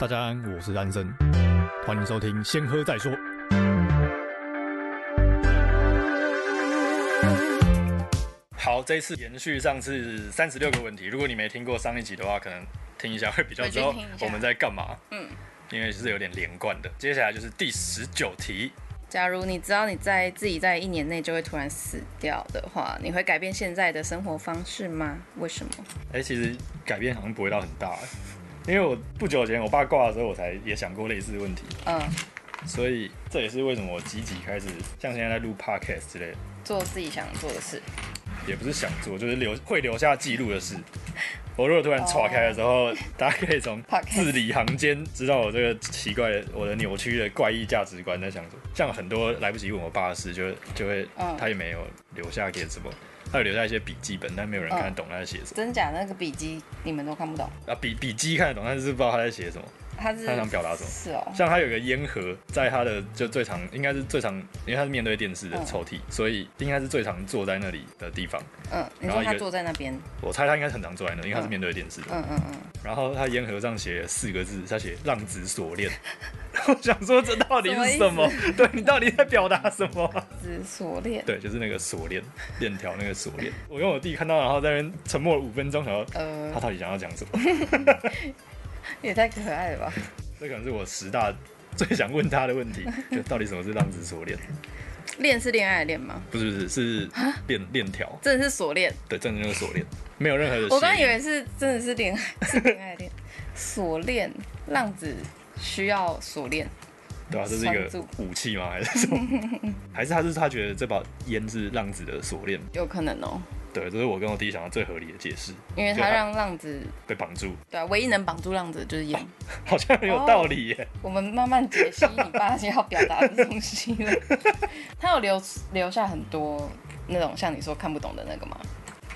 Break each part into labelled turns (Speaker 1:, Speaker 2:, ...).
Speaker 1: 大家好，我是安生，欢迎收听《先喝再说》。好，这一次延续上次三十六个问题，如果你没听过上一集的话，可能听一下会比较知
Speaker 2: 我
Speaker 1: 道
Speaker 2: 去听一下
Speaker 1: 我们在干嘛，
Speaker 2: 嗯，
Speaker 1: 因为是有点连贯的。接下来就是第十九题，
Speaker 2: 假如你知道你在自己在一年内就会突然死掉的话，你会改变现在的生活方式吗？为什么？
Speaker 1: 哎、其实改变好像不会到很大，欸因为我不久前我爸挂的时候，我才也想过类似的问题，
Speaker 2: 嗯、
Speaker 1: 所以这也是为什么我积极开始像现在在录 podcast 之类的，
Speaker 2: 做自己想做的事。
Speaker 1: 也不是想做，就是留会留下记录的事。我如果突然岔开的时候大家可以 从
Speaker 2: Podcast
Speaker 1: 字里行间知道我这个奇怪的、我的扭曲的怪异价值观在想什么。像很多来不及问我爸的事，就就会
Speaker 2: 嗯
Speaker 1: 他也没有留下给什么，他有留下一些笔记本，但没有人看得懂他在写什么。
Speaker 2: 真假那个笔记你们都看不懂，
Speaker 1: 啊，笔笔记看得懂，但是不知道他在写什么。
Speaker 2: 他是
Speaker 1: 他想表达什么
Speaker 2: 是哦，
Speaker 1: 像他有个烟盒，在他的就最常应该是最常，因为他是面对电视的
Speaker 2: 嗯
Speaker 1: 抽屉，所以应该是最常坐在那里的地方。
Speaker 2: 嗯，你
Speaker 1: 然后
Speaker 2: 说
Speaker 1: 一个
Speaker 2: 他坐在那边，
Speaker 1: 我猜他应该很常坐在那，因为他是面对电视的。
Speaker 2: 嗯嗯嗯，
Speaker 1: 然后他烟盒上写了四个字，他写“浪子锁链”。 我想说这到底是什
Speaker 2: 什
Speaker 1: 么？
Speaker 2: 么
Speaker 1: 对你到底在表达什么 啊、
Speaker 2: 是锁链，
Speaker 1: 对，就是那个锁链链条那个锁链。我跟我弟看到，然后在那边沉默了五分钟，然后他
Speaker 2: 呃，
Speaker 1: 到底想要讲什么？
Speaker 2: 也太可爱了吧？
Speaker 1: 这可能是我十大最想问他的问 题，就到底什么是浪子锁链？
Speaker 2: 恋是恋爱的恋吗？
Speaker 1: 不是不是是
Speaker 2: 啊
Speaker 1: 链链条，
Speaker 2: 真的是锁链，
Speaker 1: 对，真的就是锁链，没有任何的谐音。
Speaker 2: 我刚以为是真的是恋爱，是恋爱的恋，锁链，浪子需要锁链，
Speaker 1: 对啊，这是一
Speaker 2: 拴
Speaker 1: 个
Speaker 2: 住
Speaker 1: 武器吗？还 是什么？还是他是他觉得这把烟是浪子的锁链？
Speaker 2: 有可能哦，
Speaker 1: 对，这是我跟我弟想到最合理的解释。
Speaker 2: 因为
Speaker 1: 就
Speaker 2: 他
Speaker 1: 他
Speaker 2: 让浪子
Speaker 1: 被绑住，
Speaker 2: 对啊，唯一能绑住浪子的就是烟。
Speaker 1: 好像很有道理耶。
Speaker 2: 我们慢慢解析你爸要表达的东西了。 他有留留下很多那种像你说看不懂的那个吗？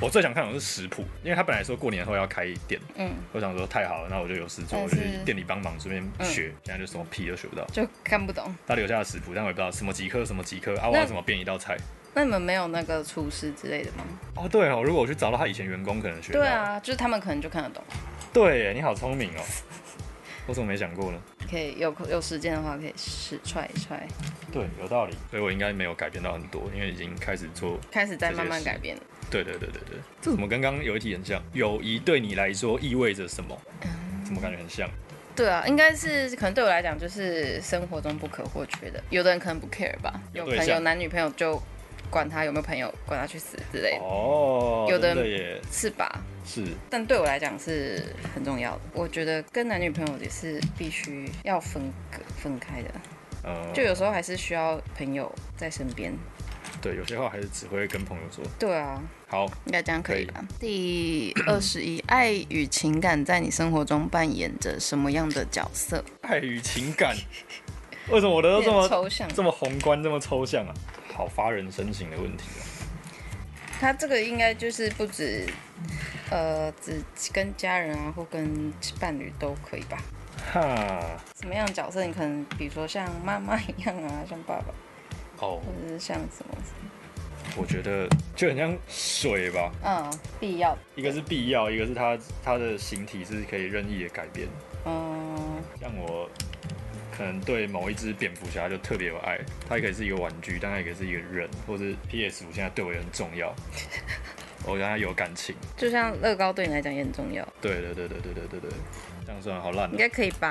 Speaker 1: 我最想看的是食谱，因为他本来说过年后要开店，
Speaker 2: 嗯，
Speaker 1: 我想说太好了，那我就有事做，我
Speaker 2: 但
Speaker 1: 就是去店里帮忙，顺便
Speaker 2: 嗯
Speaker 1: 学。现在就什么屁都学不到。
Speaker 2: 就看不懂。
Speaker 1: 他留下的食谱，但我也不知道什么几颗什么几颗，啊，我要怎么变一道菜？
Speaker 2: 那你们没有那个厨师之类的吗？
Speaker 1: 哦，对哦，如果我去找到他以前员工，可能学到。
Speaker 2: 对，啊，就是他们可能就看得懂。
Speaker 1: 对耶，你好聪明哦，我怎么没想过呢？
Speaker 2: 可以有有时间的话，可以试踹一踹，
Speaker 1: 对，有道理。所以我应该没有改变到很多，因为已经开始做。
Speaker 2: 开始再慢慢改变。
Speaker 1: 对对对对对，这怎么跟刚刚有一题很像？友谊对你来说意味着什么？怎么感觉很像？
Speaker 2: 对啊，应该是可能对我来讲，就是生活中不可或缺的。有的人可能不 care 吧，
Speaker 1: 有
Speaker 2: 有
Speaker 1: 对
Speaker 2: 朋
Speaker 1: 象
Speaker 2: 友男女朋友就管他有没有朋友，管他去死之类的，
Speaker 1: 哦，
Speaker 2: 嗯有的
Speaker 1: 真的也
Speaker 2: 是吧？
Speaker 1: 是
Speaker 2: 但对我来讲是很重要的。我觉得跟男女朋友也是必须要分隔分开的，
Speaker 1: 呃，
Speaker 2: 就有时候还是需要朋友在身边。
Speaker 1: 对，有些话还是只会跟朋友说。
Speaker 2: 对啊，
Speaker 1: 好，
Speaker 2: 应该这样可以吧？第二十一，爱与情感在你生活中扮演着什么样的角色？
Speaker 1: 爱与情 感，为什么我的都这么
Speaker 2: 抽象，
Speaker 1: 这么宏观，这么抽象啊？好发人深省的问题啊！
Speaker 2: 他这个应该就是不止，呃，只跟家人啊或跟伴侣都可以吧？
Speaker 1: 哈，
Speaker 2: 什么样的角色？你可能比如说像妈妈一样啊，像爸爸，
Speaker 1: 哦，
Speaker 2: 或者是像什么？
Speaker 1: 我觉得就很像水吧，
Speaker 2: 嗯，必要的，
Speaker 1: 一个是必要，一个是它它的形体是可以任意的改变。
Speaker 2: 嗯。
Speaker 1: 像我可能对某一只蝙蝠侠就特别有爱，它也可以是一个玩具，但它也可以是一个人，或是 PS 五现在对我也很重 要，我跟它有感情。
Speaker 2: 就像乐高对你来讲也很重要，
Speaker 1: 对对对对对对对对，这样算好烂
Speaker 2: 应
Speaker 1: 的，
Speaker 2: 该可以 吧？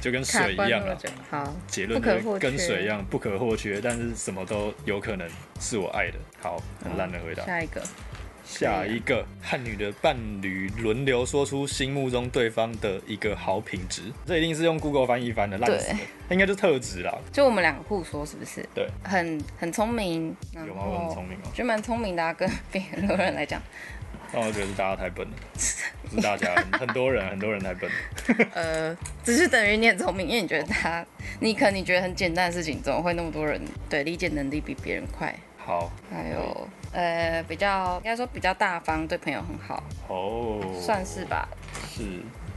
Speaker 1: 就跟
Speaker 2: 卡
Speaker 1: 水
Speaker 2: 关
Speaker 1: 一样
Speaker 2: 那么
Speaker 1: 啊。
Speaker 2: 久，好，
Speaker 1: 结论
Speaker 2: 不可
Speaker 1: 就是
Speaker 2: 或
Speaker 1: 跟
Speaker 2: 缺
Speaker 1: 水一样不可或缺，但是什么都有可能是我爱的。好，很烂的回答。
Speaker 2: 下一个，
Speaker 1: 下一个，汉女的伴侣轮流说出心目中对方的一个好品质，这一定是用 Google 翻译翻的，烂死了
Speaker 2: 对，
Speaker 1: 应该就特质啦。
Speaker 2: 就我们两个互说是不是？
Speaker 1: 对，
Speaker 2: 很很聪明，然
Speaker 1: 有吗？我很
Speaker 2: 后
Speaker 1: 聪明哦、
Speaker 2: 就蛮聪明的、啊，跟别很多人来讲，
Speaker 1: 但我觉得是大家太笨了，不是大家，很很多人，很多人太笨。
Speaker 2: 呃，只是等于你很聪明，因为你觉得他，你可能你觉得很简单的事情，怎么会那么多人对理解能力比别人快？
Speaker 1: 好，
Speaker 2: 还有，呃，比较应该说比较大方，对朋友很好，
Speaker 1: 哦，
Speaker 2: 算是吧？
Speaker 1: 是，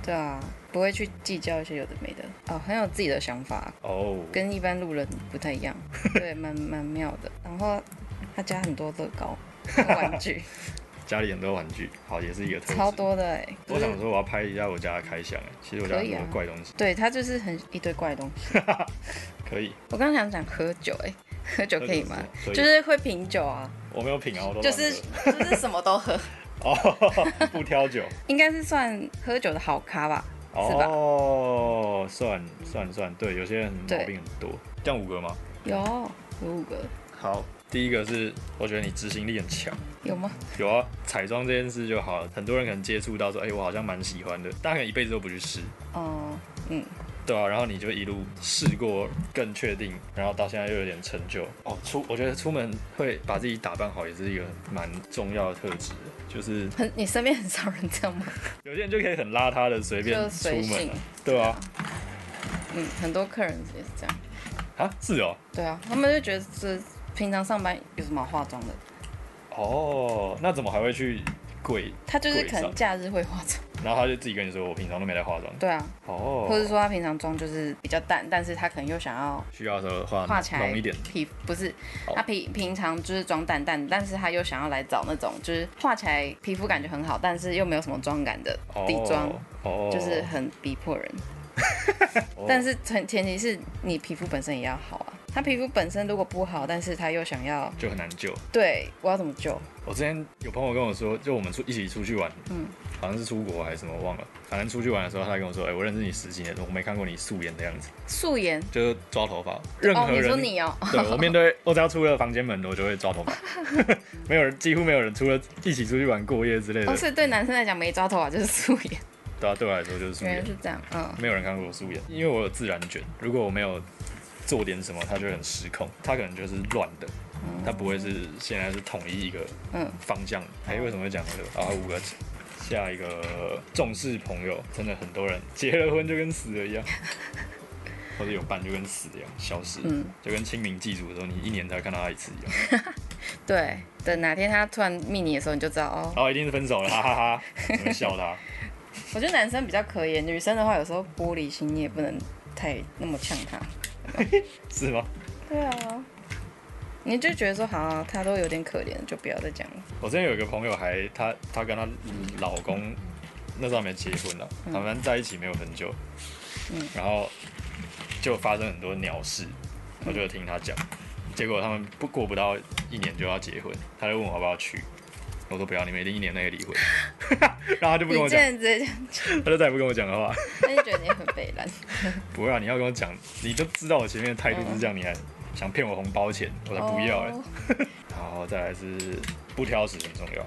Speaker 2: 对啊，不会去计较一些有的没的，哦，很有自己的想法，啊
Speaker 1: 哦，
Speaker 2: 跟一般路人不太一 样， 对，蛮蛮妙的。然后他家很多乐高玩具，
Speaker 1: 家里很多玩具，好也是一个特质。
Speaker 2: 超。多的哎。
Speaker 1: 我想说我要拍一下我家的开箱，哎，其实我家
Speaker 2: 可
Speaker 1: 很
Speaker 2: 以啊
Speaker 1: 多怪东西，
Speaker 2: 对，它就是很一堆怪东西。
Speaker 1: 可以。
Speaker 2: 我刚刚想讲喝酒哎， 喝酒可以吗
Speaker 1: 喝酒是什么可以啊？
Speaker 2: 就是会品酒啊，
Speaker 1: 我没有品啊，我都
Speaker 2: 就
Speaker 1: 乱
Speaker 2: 是
Speaker 1: 喝
Speaker 2: 就是什么都喝，
Speaker 1: 哦，不挑酒。
Speaker 2: 应该是算喝酒的好咖吧？ 是吧？
Speaker 1: 哦，算算算，对，有些人毛
Speaker 2: 对
Speaker 1: 病很多。这样五个吗？
Speaker 2: 有有五个，
Speaker 1: 好，第一个是我觉得你执行力很强。
Speaker 2: 有吗？
Speaker 1: 有啊，彩妆这件事就好了。很多人可能接触到说，哎、我好像蛮喜欢的，但可能一辈子都不去试，
Speaker 2: 哦，嗯，
Speaker 1: 对啊，然后你就一路试过，更确定，然后到现在又有点成就。哦，出我觉得出门会把自己打扮好，也是一个蛮重要的特质的，就是
Speaker 2: 很你身边很少人这样吗？
Speaker 1: 有些人就可以很邋遢的随便
Speaker 2: 就
Speaker 1: 出
Speaker 2: 随
Speaker 1: 门
Speaker 2: 性
Speaker 1: 啊，，对啊，
Speaker 2: 嗯，很多客人也是这样，
Speaker 1: 啊是哦，
Speaker 2: 对啊，他们就觉得这平常上班有什么好化妆的？
Speaker 1: 哦，那怎么还会去跪？
Speaker 2: 他就是
Speaker 1: 贵
Speaker 2: 可能
Speaker 1: 上
Speaker 2: 假日会化 妆，
Speaker 1: 然后他就自己跟你说，我平常都没在化妆。
Speaker 2: 对啊，
Speaker 1: 哦，
Speaker 2: 或者说他平常妆就是比较淡，但是他可能又想要
Speaker 1: 需要的时候化
Speaker 2: 画起来
Speaker 1: 浓一点，
Speaker 2: 皮不是
Speaker 1: 哦，
Speaker 2: 他平平常就是妆淡淡，但是他又想要来找那种就是画起来皮肤感觉很好，但是又没有什么妆感的
Speaker 1: 哦
Speaker 2: 底妆，
Speaker 1: 哦，
Speaker 2: 就是很逼迫人。
Speaker 1: 哦，
Speaker 2: 但是前前提是你皮肤本身也要好啊。他皮肤本身如果不好，但是他又想要，
Speaker 1: 就很难救。
Speaker 2: 对我要怎么救？
Speaker 1: 我之前有朋友跟我说，就我们出一起出去玩，
Speaker 2: 嗯
Speaker 1: 好像是出国还是什么忘了，反正出去玩的时候，他跟我说，哎、我认识你十几年，我没看过你素颜的样子，
Speaker 2: 素颜
Speaker 1: 就是抓头发，任
Speaker 2: 哦，
Speaker 1: 何
Speaker 2: 你
Speaker 1: 人，
Speaker 2: 说你哦，
Speaker 1: 对我面对，我只要出了房间门，我就会抓头发， 没有人，几乎没有人，除了一起出去玩过夜之类的，
Speaker 2: 哦，所以对男生来讲没抓头发就是素颜，
Speaker 1: 对啊，对我来说就是素
Speaker 2: 原
Speaker 1: 颜
Speaker 2: 来，是这样，嗯，
Speaker 1: 没有人看过我素颜，因为我有自然卷，如果我没有做点什么，它就会很失控，它可能就是乱的，它不会是现在是统一一个
Speaker 2: 嗯
Speaker 1: 方向。哎、为什么会讲这个啊？五个字。下一个重视朋友，真的很多人结了婚就跟死了一样， 或者有伴就跟死一样消失，
Speaker 2: 嗯
Speaker 1: 就跟清明祭祖的时候你一年才看到他一次一样。
Speaker 2: 对，等哪天他突然密你的时候，你就知道哦。
Speaker 1: 啊然后一定是分手了，哈哈哈 我会笑他。
Speaker 2: 我觉得男生比较可以，女生的话有时候玻璃心，你也不能太那么呛他。
Speaker 1: 是吗？
Speaker 2: 对啊，你就觉得说好、啊，他都有点可怜，就不要再讲了。
Speaker 1: 我之前有一个朋友还，她她跟她老公那时候还没结婚呢、他们在一起没有很久，
Speaker 2: 嗯
Speaker 1: 然后就发生很多鸟事，
Speaker 2: 嗯
Speaker 1: 我就听她讲，结果他们不过不到一年就要结婚，她就问我要不要去，我说不要，你们一定一年内离婚， 然后她就不
Speaker 2: 你
Speaker 1: 跟我
Speaker 2: 竟
Speaker 1: 讲，
Speaker 2: 然直接讲，
Speaker 1: 她就再也不跟我讲的话，
Speaker 2: 他就觉得你很北 蓝。
Speaker 1: 不会啊，你要跟我讲，你都知道我前面的态度是这样，你还想骗我红包钱，我才不要哎、
Speaker 2: 哦
Speaker 1: 然后再来是不挑食很重要，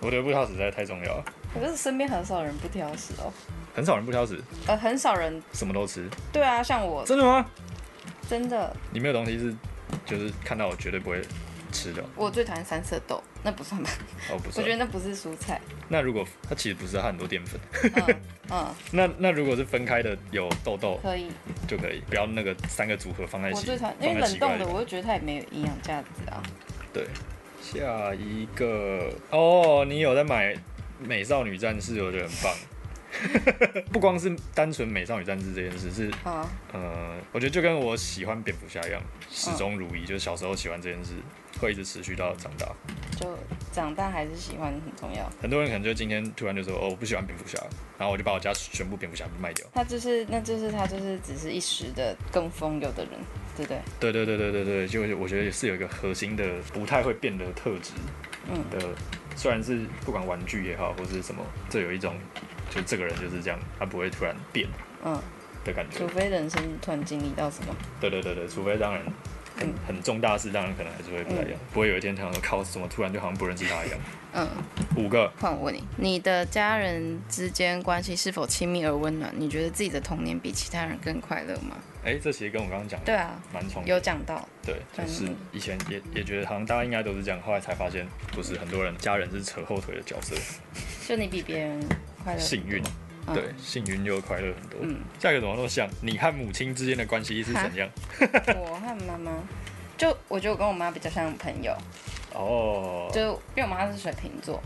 Speaker 1: 我觉得不挑食实在太重要了。
Speaker 2: 可是身边很少人不挑食哦，
Speaker 1: 很少人不挑食，
Speaker 2: 呃，很少人。
Speaker 1: 什么都吃。
Speaker 2: 对啊，像我
Speaker 1: 真的吗？
Speaker 2: 真的，
Speaker 1: 你没有东西是，就是看到我绝对不会吃的。
Speaker 2: 我最讨厌三色豆，那不算吧？
Speaker 1: 哦，不
Speaker 2: 我
Speaker 1: 算
Speaker 2: 觉。得那不是蔬 菜。
Speaker 1: 那如果它其实不是，它很多淀粉。
Speaker 2: 嗯嗯，
Speaker 1: 那那如果是分开的，有痘痘
Speaker 2: 可以。
Speaker 1: 就可以，不要那个三个组合放在一
Speaker 2: 我
Speaker 1: 起，
Speaker 2: 最讨
Speaker 1: 放
Speaker 2: 厌，因为
Speaker 1: 在
Speaker 2: 冷
Speaker 1: 奇怪的
Speaker 2: 冻的，
Speaker 1: 地方。
Speaker 2: 我就觉得它也没有营养价值啊。
Speaker 1: 对，下一个哦，你有在买《美少女战士》，我觉得很棒。 不光是单纯美少女战士这件事，是
Speaker 2: 啊，
Speaker 1: 呃，我觉得就跟我喜欢蝙蝠侠一样，始终
Speaker 2: 嗯
Speaker 1: 如一，就是小时候喜欢这件事，会一直持续到长大。
Speaker 2: 就长大还是喜欢很重要。
Speaker 1: 很多人可能就今天突然就说，哦，我不喜欢蝙蝠侠，然后我就把我家全部蝙蝠侠卖掉。
Speaker 2: 他就是，那就是他就是只是一时的跟风，有的人，对不对？
Speaker 1: 对对对对对对，就是我觉得也是有一个核心的不太会变的特质
Speaker 2: 嗯
Speaker 1: 的，虽然是不管玩具也好或是什么，这有一种就这个人就是这样，他不会突然变
Speaker 2: 嗯，
Speaker 1: 的感觉
Speaker 2: 除。非人生突然经历到什么，
Speaker 1: 对对对对，除非当然很
Speaker 2: 嗯
Speaker 1: 很重大事，当然可能还是会不太一样，不会有一天想说靠怎么突然就好像不认识他一样。
Speaker 2: 嗯，
Speaker 1: 五个
Speaker 2: 换我问你，你的家人之间关系是否亲密而温暖？你觉得自己的童年比其他人更快乐吗？
Speaker 1: 哎、这其实跟我刚刚讲
Speaker 2: 对
Speaker 1: 的
Speaker 2: 啊，
Speaker 1: 蛮重
Speaker 2: 有讲到，
Speaker 1: 对，就
Speaker 2: 嗯
Speaker 1: 是以前也也觉得好像大家应该都是这样，后来才发现不是，很多人家人是扯后腿的角色，
Speaker 2: 就你比别人快乐，
Speaker 1: 幸运，
Speaker 2: 嗯
Speaker 1: 对，幸运又快乐很多。
Speaker 2: 嗯，
Speaker 1: 下一个怎么那么像？你和母亲之间的关系是怎样？
Speaker 2: 我和妈妈，就我觉得我跟我妈比较像朋友，
Speaker 1: 哦，
Speaker 2: 就因为我妈是水瓶座，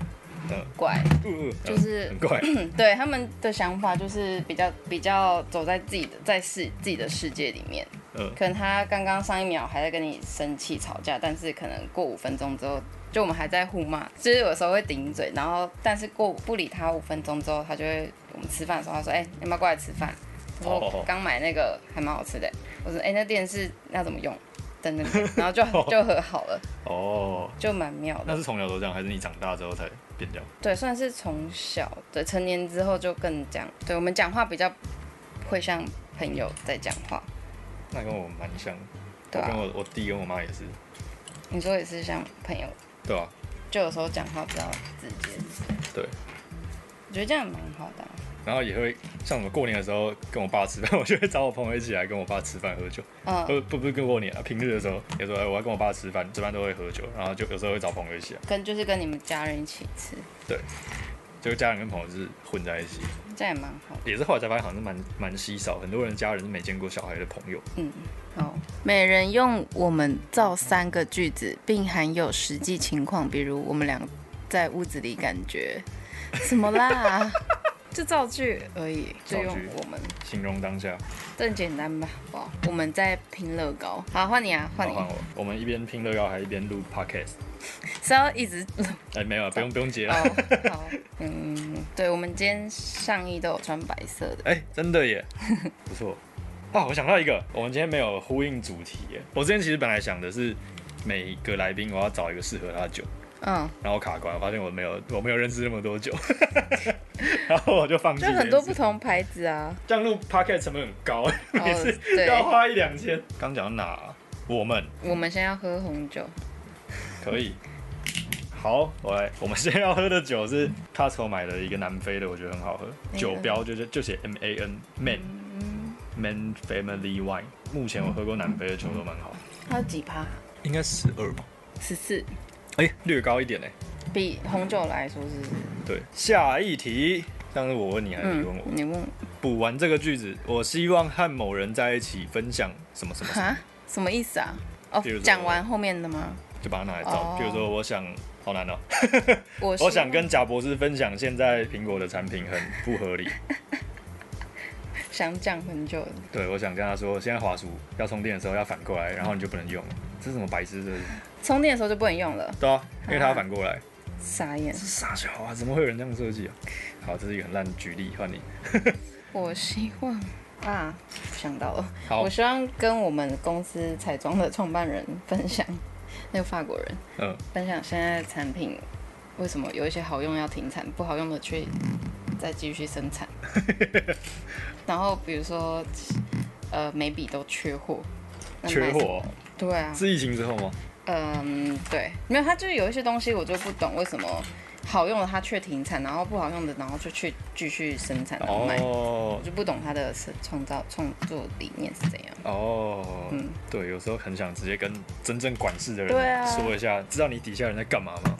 Speaker 1: 嗯
Speaker 2: 怪，
Speaker 1: 嗯嗯
Speaker 2: 就是
Speaker 1: 很怪，
Speaker 2: 嗯，对他们的想法就是比较比较走在自己的在世自己的世界里面，
Speaker 1: 嗯，
Speaker 2: 可能他刚刚上一秒还在跟你生气吵架，但是可能过五分钟之后，就我们还在互骂，就是有时候会顶嘴，然后但是过不理他五分钟之后，他就会我们吃饭的时候，他说：“哎、你要不要过来吃饭？”他说：“
Speaker 1: 哦
Speaker 2: 我刚买那个还蛮好吃的。”我说：“哎、那电视要怎么用？”等等等，然后 就就和好了，
Speaker 1: 哦，
Speaker 2: 就蛮妙
Speaker 1: 那
Speaker 2: 的。
Speaker 1: 是从小都这样，还是你长大之后才变这样？
Speaker 2: 对，算是从小对成年之后就更这样。对我们讲话比较会像朋友在讲话，
Speaker 1: 那跟我蛮像的，
Speaker 2: 对
Speaker 1: 我跟
Speaker 2: 啊？
Speaker 1: 我我弟跟我妈也是，
Speaker 2: 你说也是像朋友，
Speaker 1: 对啊，
Speaker 2: 就有时候讲话比较直接。
Speaker 1: 对，
Speaker 2: 我觉得这样蛮好的啊、
Speaker 1: 然后也会像我们过年的时候跟我爸吃饭，我 就会找我朋友一起来跟我爸吃饭喝酒。
Speaker 2: 嗯，
Speaker 1: 不不不是跟过年啊，平日的时候也说，哎，我要跟我爸吃饭，吃饭都会喝酒，然后就有时候会找朋友一起来，啊
Speaker 2: 跟就是跟你们家人一起吃，
Speaker 1: 就家人跟朋友是混在一起，
Speaker 2: 这样也蛮好的。
Speaker 1: 也是后来才发现好像是蛮蛮稀少，很多人家人是没见过小孩的朋友。
Speaker 2: 嗯，好，每人用我们造三个句子，并含有实际情况，比如我们俩在屋子里感觉什么啦， 就造句而已，就
Speaker 1: 造
Speaker 2: 用
Speaker 1: 句
Speaker 2: 我们，
Speaker 1: 形容当下，
Speaker 2: 更简单吧。哇，我们在拼乐高，好，换你啊，换
Speaker 1: 然
Speaker 2: 你
Speaker 1: 后，换我，我们一边拼乐高还一边录 podcast。
Speaker 2: 是要一直
Speaker 1: 哎，没有啊，不用不用接了。
Speaker 2: 哦，好，嗯，对，我们今天上衣都有穿白色的，
Speaker 1: 哎、真的 耶，不错啊！我想到一个，我们今天没有呼应主题耶。我之前其实本来想的是，每一个来宾我要找一个适合他的酒，
Speaker 2: 嗯，
Speaker 1: 然后我卡关，我发现我没有我没有认识那么多 酒， 然后我就放弃
Speaker 2: 就
Speaker 1: 这件事。
Speaker 2: 很多不同牌子啊，
Speaker 1: 这样录 p o c a s t 成本很高， 每
Speaker 2: 哦
Speaker 1: 次，
Speaker 2: 对，
Speaker 1: 要花一两千。刚讲到哪啊？我们
Speaker 2: 我们先要喝红酒，
Speaker 1: 可以。好，我来。我们现在要喝的酒是 Costco 买的一个南非的，我觉得很好喝。
Speaker 2: 个
Speaker 1: 酒标就就就写 M A N Man。
Speaker 2: 嗯，
Speaker 1: Man Family Wine。目前我喝过南非的酒都蛮好，
Speaker 2: 它有几趴？
Speaker 1: 应该十二吧？
Speaker 2: 十四，
Speaker 1: 哎、略高一点哎、
Speaker 2: 比红酒来说是，嗯
Speaker 1: 对，下一题，像是我问你还是你问我？
Speaker 2: 你问我
Speaker 1: 补完这个句子，我希望和某人在一起分享什么什么什么，
Speaker 2: 哈，什么意思啊？哦
Speaker 1: 比如，说
Speaker 2: 讲完后面的吗？
Speaker 1: 就把它拿来造。
Speaker 2: 哦
Speaker 1: 比如说，我想，好难哦、
Speaker 2: 我
Speaker 1: 我想跟贾博士分享，现在苹果的产品很不合 理。
Speaker 2: 想讲很久了，
Speaker 1: 对，我想跟他说，现在滑鼠要充电的时候要反过来，然后你就不能用了。这是什么白痴？这是
Speaker 2: 充电的时候就不能用了，
Speaker 1: 对啊，因为它要反 过来。
Speaker 2: 傻眼。
Speaker 1: 这傻小啊，怎么会有人这样设计啊？好，这是一个很烂的举例，换你。
Speaker 2: 我希望啊，想到了，
Speaker 1: 好
Speaker 2: 我，希望跟我们公司彩妆的创办人分享，那个法国人
Speaker 1: 嗯，
Speaker 2: 分享现在的产品为什么有一些好用要停产，不好用的却再继续 生产。然后比如说，呃，眉笔都缺货，那买
Speaker 1: 缺
Speaker 2: 什么？
Speaker 1: 货哦
Speaker 2: 对啊，
Speaker 1: 是疫情之后吗？
Speaker 2: 嗯，对，没有，它就是有一些东西我就不懂为什么好用的它却停产，然后不好用的然后就去继续生产然后卖。
Speaker 1: 哦
Speaker 2: 我就不懂它的是创造创作理念是怎样。
Speaker 1: 哦，
Speaker 2: 嗯
Speaker 1: 对，有时候很想直接跟真正管事的
Speaker 2: 对
Speaker 1: 人
Speaker 2: 啊
Speaker 1: 说一下，知道你底下人在干嘛 吗？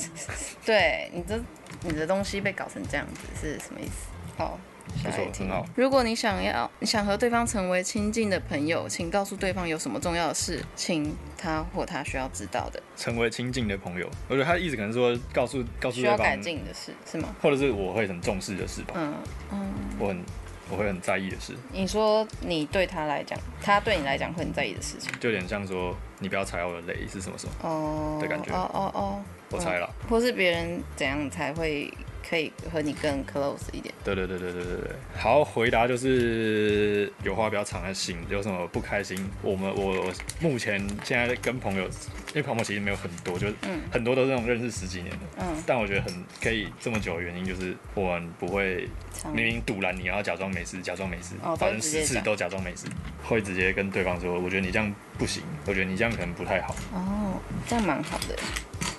Speaker 2: 对你这你的东西被搞成这样子是什么意思？好，
Speaker 1: 不
Speaker 2: 下
Speaker 1: 错
Speaker 2: 一题
Speaker 1: 很好。
Speaker 2: 如果你想要你想和对方成为亲近的朋友，请告诉对方有什么重要的事情他或他需要知道的、
Speaker 1: 成为亲近的朋友，我觉得他意思可能说告诉告诉
Speaker 2: 需
Speaker 1: 对
Speaker 2: 要改
Speaker 1: 方，
Speaker 2: 进的事，是吗？
Speaker 1: 或者是我会很重视的事吧，
Speaker 2: 嗯嗯，
Speaker 1: 我很我会很在意的事，
Speaker 2: 你说你对他来讲，他对你来讲会很在意的事情
Speaker 1: 就有点像说你不要踩我的雷是什么什么，
Speaker 2: 哦
Speaker 1: 的感觉
Speaker 2: 哦哦哦，
Speaker 1: 我猜了，
Speaker 2: 或是别人怎样才会可以和你更 close 一点？
Speaker 1: 对对对对对对对，好，回答就是有话不要藏在心，有什么不开心，我们我我目前现在跟朋友，因为朋友其实没有很多，就是
Speaker 2: 嗯
Speaker 1: 很多都是那种认识十几年的，
Speaker 2: 嗯，
Speaker 1: 但我觉得很可以这么久的原因就是我们不会
Speaker 2: 常
Speaker 1: 明明堵拦你，然后假装没事，假装没事，
Speaker 2: 嗯哦
Speaker 1: 反
Speaker 2: 都
Speaker 1: 正
Speaker 2: 直接
Speaker 1: 十次
Speaker 2: 讲
Speaker 1: 都假装没事，会直接跟对方说，我觉得你这样不行，我觉得你这样可能不太好，
Speaker 2: 哦，这样蛮好的。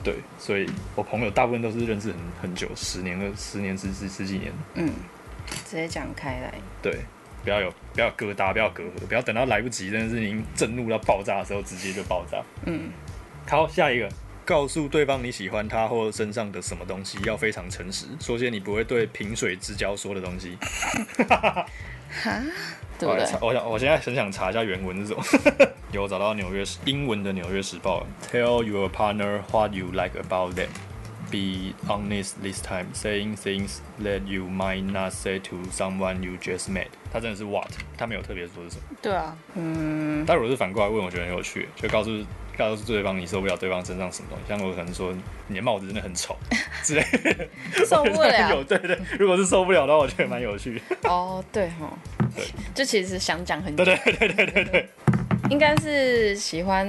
Speaker 1: 对，所以我朋友大部分都是认识很很久，十年的十年十十十几年，
Speaker 2: 嗯，直接讲开来。
Speaker 1: 对，不要有不要有疙瘩，不要有隔阂，不要等到来不及，真的是已经震怒到爆炸的时候直接就爆炸。
Speaker 2: 嗯，
Speaker 1: 好，下一个，告诉对方你喜欢他或身上的什么东西，要非常诚实，说些你不会对萍水之交说的东西。
Speaker 2: 哈，对
Speaker 1: 我
Speaker 2: 不
Speaker 1: 来
Speaker 2: 对？
Speaker 1: 查我想我现在很想查一下原文是什么。 有找到纽约时英文的《纽约时报》，Tell your partner what you like about them。 be honest this time, saying things that you might not say to someone you just met。他真的是 what，他没有特别说是什么。
Speaker 2: 对啊，嗯，
Speaker 1: 但如果是反过来问，我觉得很有趣，就告诉告诉对方你受不了对方身上什么东西，像我可能说你的帽子真的很丑之类的，
Speaker 2: 受不
Speaker 1: 有
Speaker 2: 了。
Speaker 1: 对对，如果是受不了的话，我觉得蛮有趣。
Speaker 2: 哦，对哈
Speaker 1: 对，
Speaker 2: 就其实想讲很久
Speaker 1: 对，对对对对对，
Speaker 2: 应该是喜欢，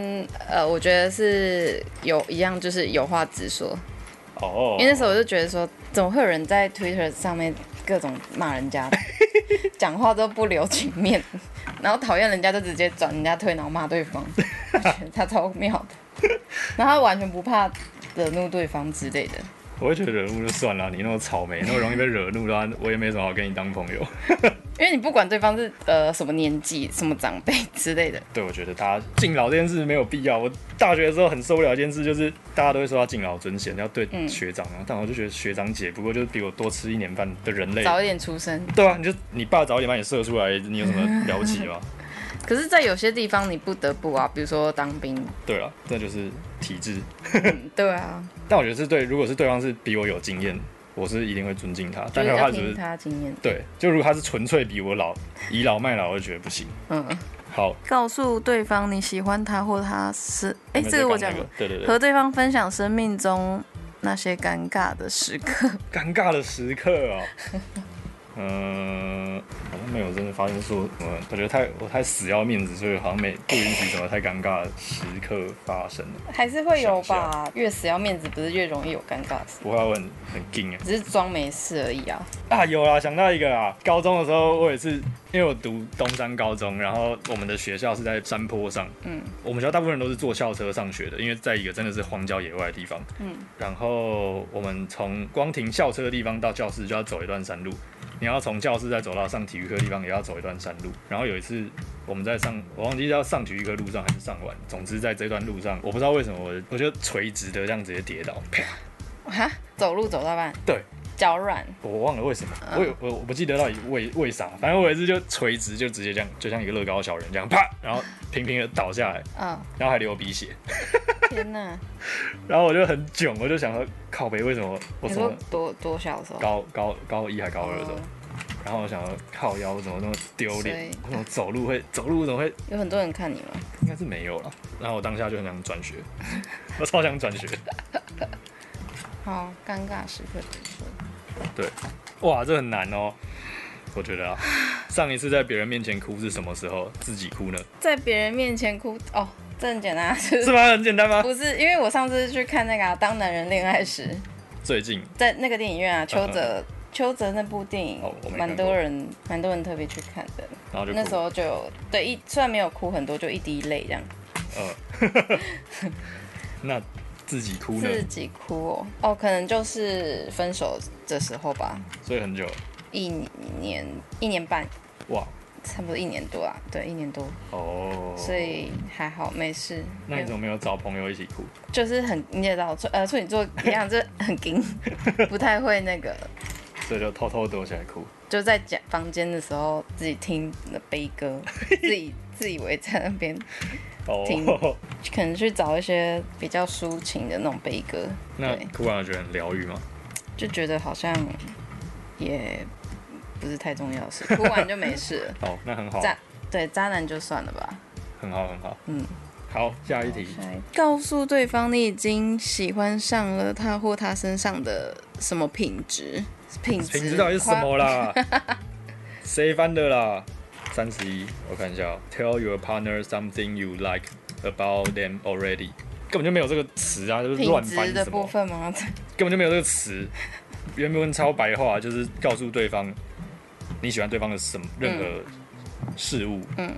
Speaker 2: 呃，我觉得是有一样，就是有话直说。
Speaker 1: 哦，
Speaker 2: 因为那时候我就觉得说，怎么会有人在 Twitter 上面各种骂 人家，讲话都不留情面，然后讨厌人家就直接转人家推，然后骂 对方，我觉得他超妙的，然后他完全不怕惹怒对方之类的。
Speaker 1: 我会觉得惹怒就算了，你那么草莓，那么容易被惹怒的话，我也没什么好跟你当朋友。
Speaker 2: 因为你不管对方是呃什么年纪、什么长辈之类的，
Speaker 1: 对，我觉得大家敬老这件事没有必要。我大学的时候很受不了一件事，就是大家都会说要敬老尊贤，要对
Speaker 2: 嗯
Speaker 1: 学长啊，但我就觉得学长姐不过就是比我多吃一年半的人类。
Speaker 2: 早一点出生。
Speaker 1: 对啊，你就你爸早一点把你射出来，你有什么了不起 吗？
Speaker 2: 可是，在有些地方你不得不啊，比如说当兵，
Speaker 1: 对了，这就是体制。
Speaker 2: 嗯对啊，
Speaker 1: 但我觉得是对，如果是对方是比我有经验，我是一定会尊敬他。
Speaker 2: 就
Speaker 1: 但
Speaker 2: 是
Speaker 1: 如果他
Speaker 2: 要
Speaker 1: 只
Speaker 2: 听
Speaker 1: 是
Speaker 2: 他经验。
Speaker 1: 对，就如果他是纯粹比我老，倚老卖老，我就觉得不行。
Speaker 2: 嗯，
Speaker 1: 好，
Speaker 2: 告诉对方你喜欢他或他是，
Speaker 1: 我
Speaker 2: 哎、
Speaker 1: 们
Speaker 2: 这个
Speaker 1: 在
Speaker 2: 我
Speaker 1: 讲
Speaker 2: 讲
Speaker 1: 那
Speaker 2: 过
Speaker 1: 个。，对对对
Speaker 2: 和，对方分享生命中那些尴尬的时刻。
Speaker 1: 尴尬的时刻哦。 嗯、好像没有真的发生说什么，我觉得太我太死要面子，所以好像没不允许什么太尴尬的时刻发生。
Speaker 2: 还是会有
Speaker 1: 想一
Speaker 2: 吧，越死要面子，不是越容易有尴尬的事，
Speaker 1: 不会，我很很劲哎。
Speaker 2: 只是装没事而已啊。
Speaker 1: 啊，有啦，想到一个啦。高中的时候，我也是，因为我读东山高中，然后我们的学校是在山坡上，
Speaker 2: 嗯
Speaker 1: 我们学校大部分人都是坐校车上学的，因为在一个真的是荒郊野外的地方。
Speaker 2: 嗯，
Speaker 1: 然后我们从光停校车的地方到教室就要走一段山路，你要从教室再走到上体育课的地方也要走一段山路。然后有一次我们在上，我忘记要上体育课路上还是上完，总之在这段路上，我不知道为什么我我就垂直的这样直接跌倒，啪！
Speaker 2: 哈，走路走到半，
Speaker 1: 对，
Speaker 2: 脚软，
Speaker 1: 我忘了为什么，
Speaker 2: 嗯
Speaker 1: 我也我我不记得到底为为啥，反正我也是就垂直就直接这样，就像一个乐高小人这样啪，然后平平的倒下来，
Speaker 2: 嗯，
Speaker 1: 然后还流鼻血。
Speaker 2: 天哪，
Speaker 1: 然后我就很囧，我就想说，靠北为什么 我
Speaker 2: 你
Speaker 1: 什
Speaker 2: 说
Speaker 1: 么
Speaker 2: 多多小的时候？
Speaker 1: 高高高一还高二的时候
Speaker 2: 哦，
Speaker 1: 然后我想说，靠腰我怎么那么丢脸
Speaker 2: 所以？
Speaker 1: 我怎么走路会走路怎么会？
Speaker 2: 有很多人看你吗？
Speaker 1: 应该是没有了。然后我当下就很想转学， 我超想转 学。
Speaker 2: 好，尴尬时刻怎么说？
Speaker 1: 哇，这很难哦。我觉得啊，上一次在别人面前哭是什么时候？自己哭呢？
Speaker 2: 在别人面前哭哦，这很简单啊， 就是是
Speaker 1: 吗？很简单吗？
Speaker 2: 不是因为我上次去看那个、啊《当男人恋爱时》，
Speaker 1: 最近
Speaker 2: 在那个电影 院啊，邱泽。邱泽那部电影
Speaker 1: 嗯哦我没看过
Speaker 2: 蛮多人蛮多人特别去看的，
Speaker 1: 然后就哭
Speaker 2: 那时候就有对一虽然没有哭很多，就一滴泪这样。
Speaker 1: 呃，那自己哭呢？
Speaker 2: 自己哭哦，哦，可能就是分手的时候吧，
Speaker 1: 所以很久了
Speaker 2: 一年一年半，
Speaker 1: 哇
Speaker 2: 差不多一年多啊，对，一年多，
Speaker 1: 哦。
Speaker 2: 所以还好没事。
Speaker 1: 那你怎么没有找朋友一起哭？
Speaker 2: 就是很你也知道，处呃处女座一样，就是很硬，不太会那个。
Speaker 1: 所以就偷偷躲起来哭。
Speaker 2: 就在家房间的时候，自己听那悲 歌，自己自以为在那边，听
Speaker 1: 哦，
Speaker 2: 可能去找一些比较抒情的那种悲歌，
Speaker 1: 那
Speaker 2: 对
Speaker 1: 哭完了觉得很疗愈吗？
Speaker 2: 就觉得好像也不是太重要的事，哭完就没事了。
Speaker 1: 哦，那很好，
Speaker 2: 渣对渣男就算了吧。
Speaker 1: 很好，很好。
Speaker 2: 嗯，
Speaker 1: 好，下一题。
Speaker 2: 下一告诉对方你已经喜欢上了他或他身上的什么品质？品质
Speaker 1: 品质到底是什么啦？谁 翻的啦？三十一，我看一下哦、Tell your partner something you like about them already，根本就没有这个词啊，就是
Speaker 2: 品
Speaker 1: 乱
Speaker 2: 质
Speaker 1: 翻
Speaker 2: 的
Speaker 1: 什
Speaker 2: 部
Speaker 1: 么，
Speaker 2: 分吗？
Speaker 1: 根本就没有这个词。原本超白话，就是告诉对方你喜欢对方的什么任何事物。
Speaker 2: 嗯，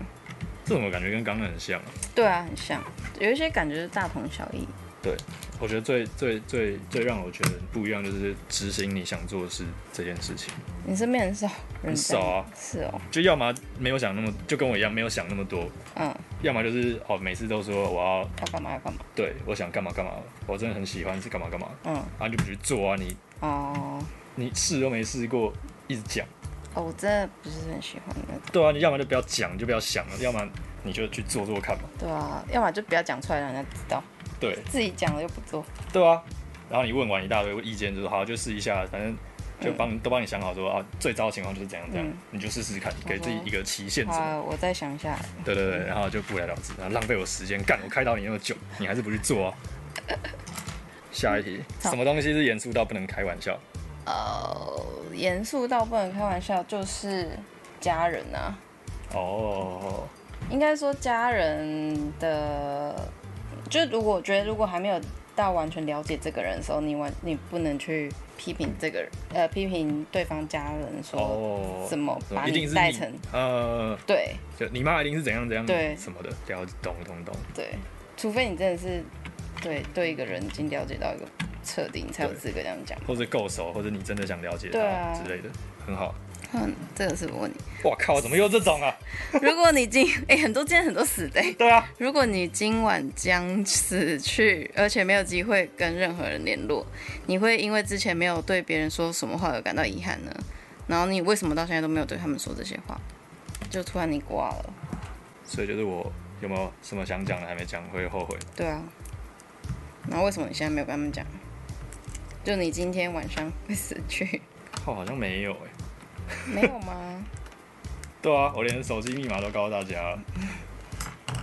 Speaker 1: 这种我感觉跟刚刚很像啊。
Speaker 2: 对啊，很像，有一些感觉是大同小异。
Speaker 1: 对，我觉得最最最最让我觉得不一样就是执行你想做的事这件事情，
Speaker 2: 你身边很少人
Speaker 1: 很少啊
Speaker 2: 这样是哦，
Speaker 1: 就要么没有想那么，就跟我一样没有想那么多，
Speaker 2: 嗯，
Speaker 1: 要么就是哦每次都说我要
Speaker 2: 要干嘛要干嘛，
Speaker 1: 对我想干嘛干嘛，我真的很喜欢是干嘛干嘛，
Speaker 2: 嗯，
Speaker 1: 啊你就不去做啊，你
Speaker 2: 哦，
Speaker 1: 你试都没试过，一直讲，
Speaker 2: 哦，我真的不是很喜欢那个，
Speaker 1: 对啊，你要么就不要讲，你就不要想了，要么你就去做做看嘛，
Speaker 2: 对啊，要么就不要讲出来让人家知道，
Speaker 1: 对
Speaker 2: 自己讲了又不做，
Speaker 1: 对啊，然后你问完一大堆意见，就是好就试一下，反正就帮、都帮你想好说啊，最糟的情况就是怎样怎样，
Speaker 2: 嗯
Speaker 1: 你就试试看，给自己一个期限值。
Speaker 2: 好，我再想一下。
Speaker 1: 对对对，然后就不了了之，然后浪费我时间，干我开导你那么久，你还是不去做、啊。下一 题，
Speaker 2: 好
Speaker 1: 什么东西是严肃到不能开玩笑？
Speaker 2: 呃，严肃到不能开玩笑，就是家人啊。
Speaker 1: 哦，
Speaker 2: 应该说家人的，就如果我觉得如果还没有到完全了解这个人的时候，你完你不能去批评这个人，呃，批评对方家人说
Speaker 1: 哦，
Speaker 2: 怎么把
Speaker 1: 一定
Speaker 2: 你
Speaker 1: 是
Speaker 2: 带成，
Speaker 1: 呃，
Speaker 2: 对
Speaker 1: 就你妈一定是怎样怎样，
Speaker 2: 对
Speaker 1: 什么的，了解懂懂懂，
Speaker 2: 对，除非你真的是对对一个人已经了解到一个彻底，你才有
Speaker 1: 对
Speaker 2: 资格这样讲。
Speaker 1: 或者够熟，或者你真的想了解
Speaker 2: 对啊
Speaker 1: 他之类的，很好。
Speaker 2: 嗯，这个是我问你。
Speaker 1: 我靠，怎么又这种啊？
Speaker 2: 如果你今哎、很多今天很多死的、
Speaker 1: 对啊，
Speaker 2: 如果你今晚将死去，而且没有机会跟任何人联络，你会因为之前没有对别人说什么话而感到遗憾呢？然后你为什么到现在都没有对他们说这些话？就突然你挂了，
Speaker 1: 所以就是我有没有什么想讲的还没讲，会后悔。
Speaker 2: 对啊。然后为什么你现在没有跟他们讲？就你今天晚上会死去，
Speaker 1: 靠，好像没有哎、
Speaker 2: 没有吗？
Speaker 1: 对啊，我连手机密码都告诉大家了。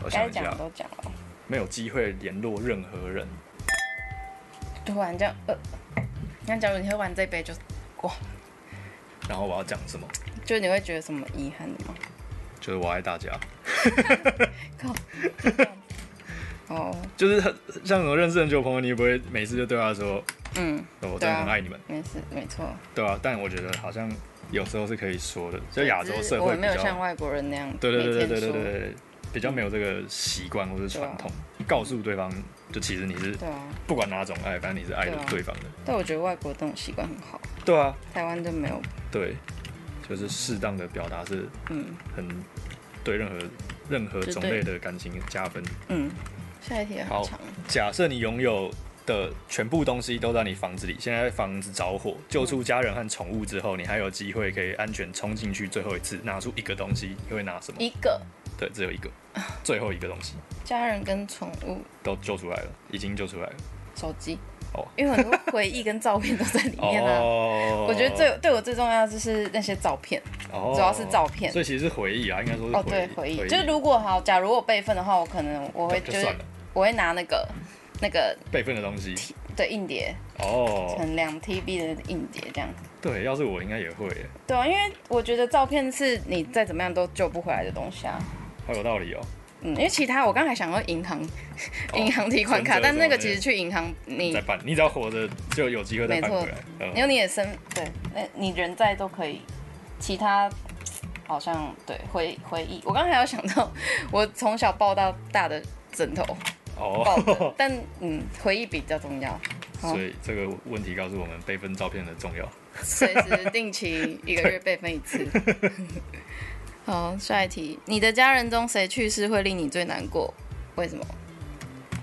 Speaker 1: 我想
Speaker 2: 该
Speaker 1: 一
Speaker 2: 讲
Speaker 1: 下
Speaker 2: 的，都讲了，
Speaker 1: 没有机会联络任何人。
Speaker 2: 突然这样，呃，那假如你喝完这杯就挂，
Speaker 1: 然后我要讲什么？
Speaker 2: 就你会觉得什么遗憾的吗？
Speaker 1: 就是我爱大家，
Speaker 2: 哦，
Speaker 1: 就是很像什么认识很久的朋友，你也不会每次就对他说
Speaker 2: 嗯，
Speaker 1: 哦我真的很爱你们，
Speaker 2: 没事，没错。
Speaker 1: 对啊。但我觉得好像有时候是可以说的，就亚洲
Speaker 2: 只是
Speaker 1: 社
Speaker 2: 我
Speaker 1: 会比
Speaker 2: 们没有像
Speaker 1: 较，
Speaker 2: 外国人那样
Speaker 1: 对对对对对对对
Speaker 2: 每天说
Speaker 1: 对，比较没有这个习惯或是传统，告诉对方就其实你是
Speaker 2: 对啊，
Speaker 1: 不管哪种爱，反正你是爱着
Speaker 2: 对啊
Speaker 1: 对方的，
Speaker 2: 但我觉得外国这种习惯很好，
Speaker 1: 对啊，
Speaker 2: 台湾就没有。
Speaker 1: 对，就是适当的表达是
Speaker 2: 嗯
Speaker 1: 很对任何任何种类的感情加分。
Speaker 2: 嗯，下一题也好
Speaker 1: 好
Speaker 2: 长。
Speaker 1: 假设你拥有的全部东西都在你房子里，现在房子着火，
Speaker 2: 嗯
Speaker 1: 救出家人和宠物之后，你还有机会可以安全冲进去最后一次，拿出一个东西，你会拿什么？
Speaker 2: 一个
Speaker 1: 对，只有 一个，最后一个东西
Speaker 2: 家人跟宠物、
Speaker 1: 都救出来了，已经救出来了。
Speaker 2: 手机，
Speaker 1: 哦
Speaker 2: 因为很多回忆跟照片都在里面啊。
Speaker 1: 哦
Speaker 2: 我觉得最对我最重要的就是那些照片，
Speaker 1: 哦
Speaker 2: 主要是照片
Speaker 1: 所以其实是回忆啊，应该说是
Speaker 2: 哦，对，回
Speaker 1: 忆。
Speaker 2: 忆。就如果好，假如我备份的话，我可能我会
Speaker 1: 就
Speaker 2: 就是
Speaker 1: 算了，
Speaker 2: 我会拿那个那个
Speaker 1: 备份的东西。
Speaker 2: 对硬碟，
Speaker 1: 哦
Speaker 2: 可，能两 TB 的硬碟这样。
Speaker 1: 对，要是我应该也会耶，
Speaker 2: 对啊，因为我觉得照片是你再怎么样都救不回来的东西啊。
Speaker 1: 好有道理哦。
Speaker 2: 嗯，因为其他我刚才想到银行，
Speaker 1: 哦
Speaker 2: 银行提款卡，
Speaker 1: 存折
Speaker 2: 但那个
Speaker 1: 什么的
Speaker 2: 其实去银行你
Speaker 1: 再，办，你只要活着就有机会再办回来。嗯，
Speaker 2: 因为你也身对，那你人在都可以，其他好像对回回忆。我刚才还有想到我从小抱到大的枕头抱
Speaker 1: 哦
Speaker 2: 的，，但嗯，回忆比较重要，
Speaker 1: 所以这个问题告诉我们备份照片的重要。
Speaker 2: 随时 定期一个月备份一次。好，下一题，你的家人中谁去世会令你最难过？为什么？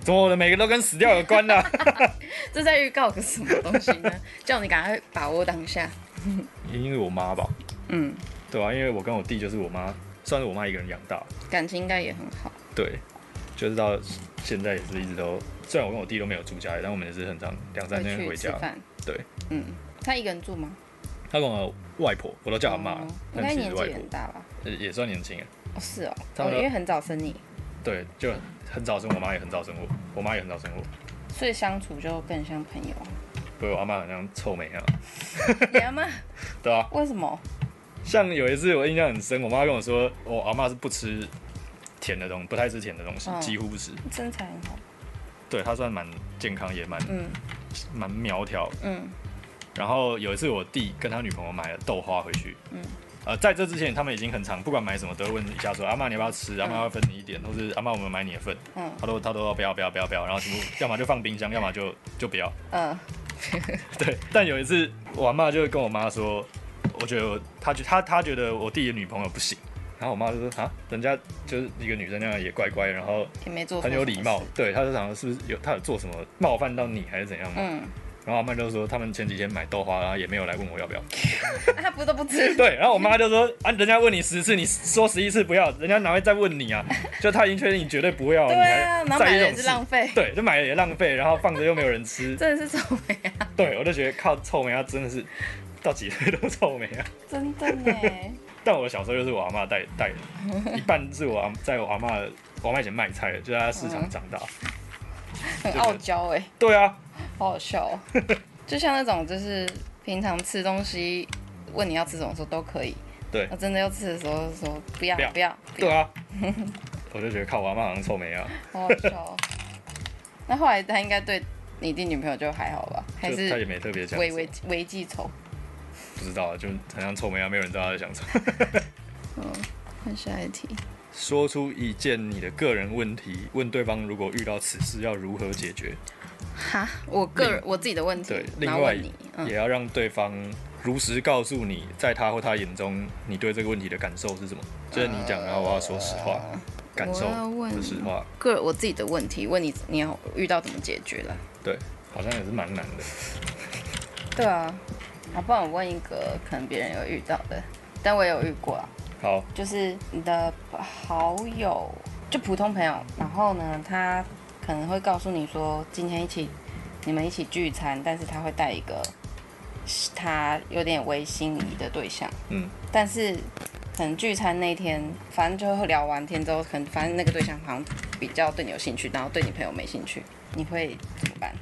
Speaker 1: 怎么我的每个都跟死掉有关呢、
Speaker 2: 这在预告个什么东西呢？叫你赶快把握当下。
Speaker 1: 一定是我妈吧？
Speaker 2: 嗯，
Speaker 1: 对啊，因为我跟我弟就是我妈，算是我妈一个人养大。
Speaker 2: 感情应该也很好。
Speaker 1: 对，就是到现在也是一直都，虽然我跟我弟都没有住家里，但我们也是很常两三
Speaker 2: 会
Speaker 1: 天
Speaker 2: 去
Speaker 1: 回
Speaker 2: 吃
Speaker 1: 家。
Speaker 2: 饭。
Speaker 1: 对，
Speaker 2: 嗯，他一个人住吗？
Speaker 1: 他跟我外婆，我都叫他妈
Speaker 2: 哦
Speaker 1: 了，
Speaker 2: 应
Speaker 1: 但
Speaker 2: 该
Speaker 1: 其实
Speaker 2: 年
Speaker 1: 是
Speaker 2: 纪
Speaker 1: 外
Speaker 2: 也
Speaker 1: 婆
Speaker 2: 很大吧？
Speaker 1: 也也算年轻了。
Speaker 2: 哦，是哦，
Speaker 1: 差
Speaker 2: 哦
Speaker 1: 不多
Speaker 2: 因为很早生你，
Speaker 1: 对，就很早生我妈也很早生我，我妈也很早生我，
Speaker 2: 所以相处就更像朋友。啊
Speaker 1: 所以我阿妈好像臭美啊，
Speaker 2: 你阿妈
Speaker 1: 对啊。
Speaker 2: 为什么？
Speaker 1: 像有一次我印象很深，我妈跟我说，我阿妈是不吃甜的东西，不太吃甜的东西，
Speaker 2: 嗯
Speaker 1: 几乎不吃。
Speaker 2: 身材很好。
Speaker 1: 对她算蛮健康，也蛮
Speaker 2: 嗯
Speaker 1: 蛮苗条。
Speaker 2: 嗯
Speaker 1: 然后有一次我弟跟他女朋友买了豆花回去，
Speaker 2: 嗯
Speaker 1: 呃，在这之前他们已经很常，不管买什么都会问一下说，阿妈你要不要吃？阿妈要分你一点，或是阿妈我们买你的份。
Speaker 2: 嗯
Speaker 1: 他都他都说不要不要不要不要，然后全部要么就放冰箱，要么就就不要。
Speaker 2: 嗯，
Speaker 1: 对，但有一次我阿妈就跟我妈说，我觉得我她觉她她觉得我弟的女朋友不行，然后我妈就说啊，人家就是一个女生那样也乖乖，然后
Speaker 2: 也没做错
Speaker 1: 很有
Speaker 2: 什么
Speaker 1: 礼貌
Speaker 2: 事。，
Speaker 1: 对，她就想说是不是有她有做什么冒犯到你还是怎样嘛？
Speaker 2: 嗯
Speaker 1: 然后阿曼就说他们前几天买豆花，然后也没有来问我要不 要。
Speaker 2: 啊他不都不 吃，
Speaker 1: 对，然后我妈就说啊，人家问你十次，你说十一次不要，人家哪会再问 你啊？就他已经确定你绝对不要，
Speaker 2: 对啊，
Speaker 1: 你还
Speaker 2: 然后买
Speaker 1: 在意
Speaker 2: 了
Speaker 1: 这
Speaker 2: 也
Speaker 1: 种
Speaker 2: 是
Speaker 1: 事
Speaker 2: 浪费，
Speaker 1: 对，就买了也浪费，然后放着又没有人吃，
Speaker 2: 真的是草莓啊，
Speaker 1: 对我就觉得靠臭美啊，真的是到几岁都臭美啊。
Speaker 2: 真的呢。
Speaker 1: 但我小时候就是我阿妈带带的，一半是我阿 在我阿妈我阿妈以前卖菜的，就在她市场长大。
Speaker 2: 很傲娇哎、
Speaker 1: 对啊，
Speaker 2: 好好笑、哦。 就像那种就是平常吃东西，问你要吃什么时候都可以。
Speaker 1: 对
Speaker 2: 我真的要吃的时候就说不要
Speaker 1: 不要
Speaker 2: 不要，不
Speaker 1: 对
Speaker 2: 要
Speaker 1: 啊，我就觉得靠我阿妈好像臭美啊，
Speaker 2: 好好笑、哦。那后来他应该对你弟女朋友就还好吧？还
Speaker 1: 就她也
Speaker 2: 是
Speaker 1: 没特别讲什
Speaker 2: 微
Speaker 1: 么，
Speaker 2: 微微记仇？
Speaker 1: 不知道啊，就很像臭美啊，没有人知道她在想什么。
Speaker 2: 嗯看下一题，
Speaker 1: 说出一件你的个人问题，问对方如果遇到此事要如何解决，
Speaker 2: 哈，我个人我自己的问题
Speaker 1: 对，
Speaker 2: 然后
Speaker 1: 另外
Speaker 2: 问你，嗯
Speaker 1: 也要让对方如实告诉你，在他或他眼中，你对这个问题的感受是什么。就是你讲，然后我要说实话，感受
Speaker 2: 呃我要问
Speaker 1: 的实话，
Speaker 2: 个人我自己的问题，问你你要遇到怎么解决了？
Speaker 1: 对，好像也是蛮难的。
Speaker 2: 对啊，啊，不然我问一个可能别人有遇到的，但我也有遇过啊。
Speaker 1: 好，
Speaker 2: 就是你的好友，就普通朋友，然后呢，他可能会告诉你说，今天一起你们一起聚餐，但是他会带一个他有点微心仪的对象，
Speaker 1: 嗯，
Speaker 2: 但是可能聚餐那天，反正就会聊完天之后，可能反正那个对象好像比较对你有兴趣，然后对你朋友没兴趣，你会怎么办？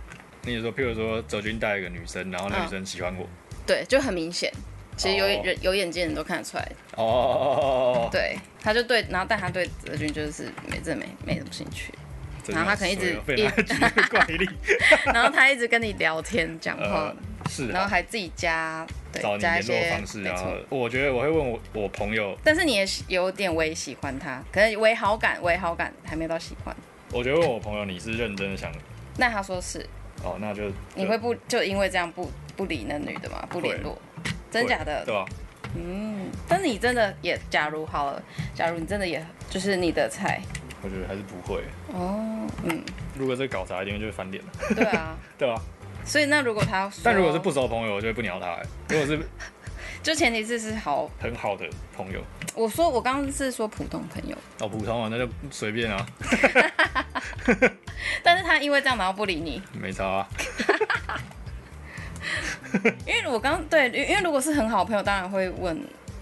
Speaker 1: 你说，譬如说，泽君带一个女生，然后
Speaker 2: 嗯
Speaker 1: 那女生喜欢我，
Speaker 2: 对，就很明显。其实有
Speaker 1: 哦
Speaker 2: 人、有眼睛的人都看得出来，
Speaker 1: 哦哦哦哦哦哦，
Speaker 2: 对，他就对，然后但他对泽君就是没这没没什么兴趣，
Speaker 1: 这
Speaker 2: 然后他可能一直
Speaker 1: 被他举个怪力，
Speaker 2: 然后他一直跟你聊天讲话
Speaker 1: 呃，，是
Speaker 2: 然后
Speaker 1: 啊，
Speaker 2: 还自己加对
Speaker 1: 找你
Speaker 2: 加
Speaker 1: 联
Speaker 2: 一些
Speaker 1: 络方式，
Speaker 2: 没
Speaker 1: 然后
Speaker 2: 错。
Speaker 1: 我觉得我会问我我朋友，
Speaker 2: 但是你也喜有点微喜欢他，可能微好感，微好感还没到喜欢。
Speaker 1: 我觉得问我朋友你是认真的想，
Speaker 2: 那他说是，
Speaker 1: 哦，那就
Speaker 2: 你会不就因为这样不不理那女的吗？不联络，真假的？
Speaker 1: 对吧？啊
Speaker 2: 嗯，但是你真的也，假如好了，假如你真的也就是你的菜
Speaker 1: 我觉得还是不会。
Speaker 2: 哦，嗯，
Speaker 1: 如果这搞砸，一定就会翻脸了，
Speaker 2: 对啊。
Speaker 1: 对吧？
Speaker 2: 所以那如果他说，
Speaker 1: 但如果是不熟的朋友，我就会不鸟他、欸如果是
Speaker 2: 就前提是是好，
Speaker 1: 很好的朋友，
Speaker 2: 我说我刚刚是说普通朋友，
Speaker 1: 哦，普通啊，那就随便啊，
Speaker 2: 但是他因为这样然后不理你，
Speaker 1: 没差啊。
Speaker 2: 因为我刚对，因因为如果是很好的朋友，当然会问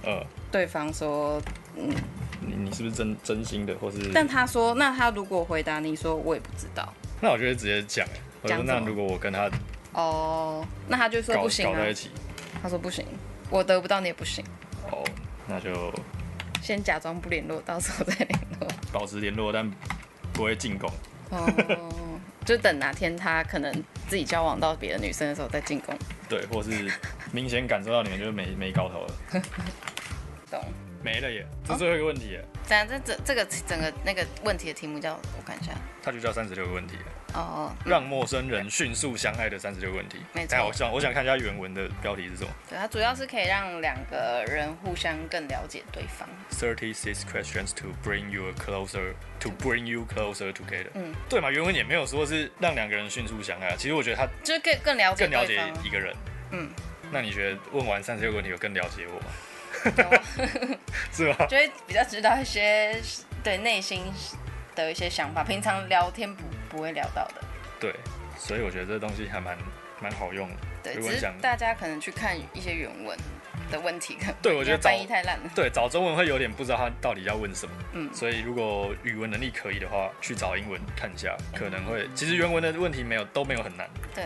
Speaker 1: 呃，
Speaker 2: 对方说，
Speaker 1: 你你是不是真真心的，或是？
Speaker 2: 但他说，那他如果回答你说我也不知道，
Speaker 1: 那我就会直接讲、欸，我就说
Speaker 2: 讲什么
Speaker 1: 那如果我跟他
Speaker 2: 哦，那他就说
Speaker 1: 搞
Speaker 2: 不行
Speaker 1: 搞
Speaker 2: 啊
Speaker 1: 在，一起，
Speaker 2: 他说不行，我得不到你也不行，
Speaker 1: 哦，那就
Speaker 2: 先假装不联络，到时候再联络。
Speaker 1: 保持联络，但不会进攻。
Speaker 2: 哦，就等哪天他可能自己交往到别的女生的时候再进攻，
Speaker 1: 对，或 是明显感受到你们就是没没搞头了，
Speaker 2: 懂？
Speaker 1: 没了耶，这是最后一个问题耶，
Speaker 2: 咱这这这个整个那个问题的题目叫我看一下，
Speaker 1: 它就叫三十六个问题了。
Speaker 2: 哦，
Speaker 1: 让陌生人迅速相爱的三十六问题。
Speaker 2: 没错
Speaker 1: 哎我想我想看一下原文的标题是什么
Speaker 2: 对，它主要是可以让两个人互相更了解对方。
Speaker 1: ？Thirty six questions to bring you closer to bring you closer together。
Speaker 2: 嗯，
Speaker 1: 对嘛？原文也没有说是让两个人迅速相爱，啊其实我觉得他
Speaker 2: 就是更更了解
Speaker 1: 更了
Speaker 2: 对
Speaker 1: 解
Speaker 2: 方，
Speaker 1: 一个人。
Speaker 2: 嗯，
Speaker 1: 那你觉得问完三十六个问题有更了解我吗？
Speaker 2: 有啊
Speaker 1: 是吧？
Speaker 2: 就会比较知道一些对内心的一些想法，平常聊天不不会聊到的。
Speaker 1: 对，所以我觉得这东西还蛮蛮好用的。
Speaker 2: 对，
Speaker 1: 如果
Speaker 2: 只
Speaker 1: 你
Speaker 2: 是
Speaker 1: 想
Speaker 2: 大家可能去看一些原文的问题，可能
Speaker 1: 对我觉得
Speaker 2: 因为翻
Speaker 1: 找
Speaker 2: 译太烂了。
Speaker 1: 对，找中文会有点不知道他到底要问什么，
Speaker 2: 嗯
Speaker 1: 所以如果语文能力可以的话，去找英文看一下，可能会。其实原文的问题没有都没有很难，
Speaker 2: 对，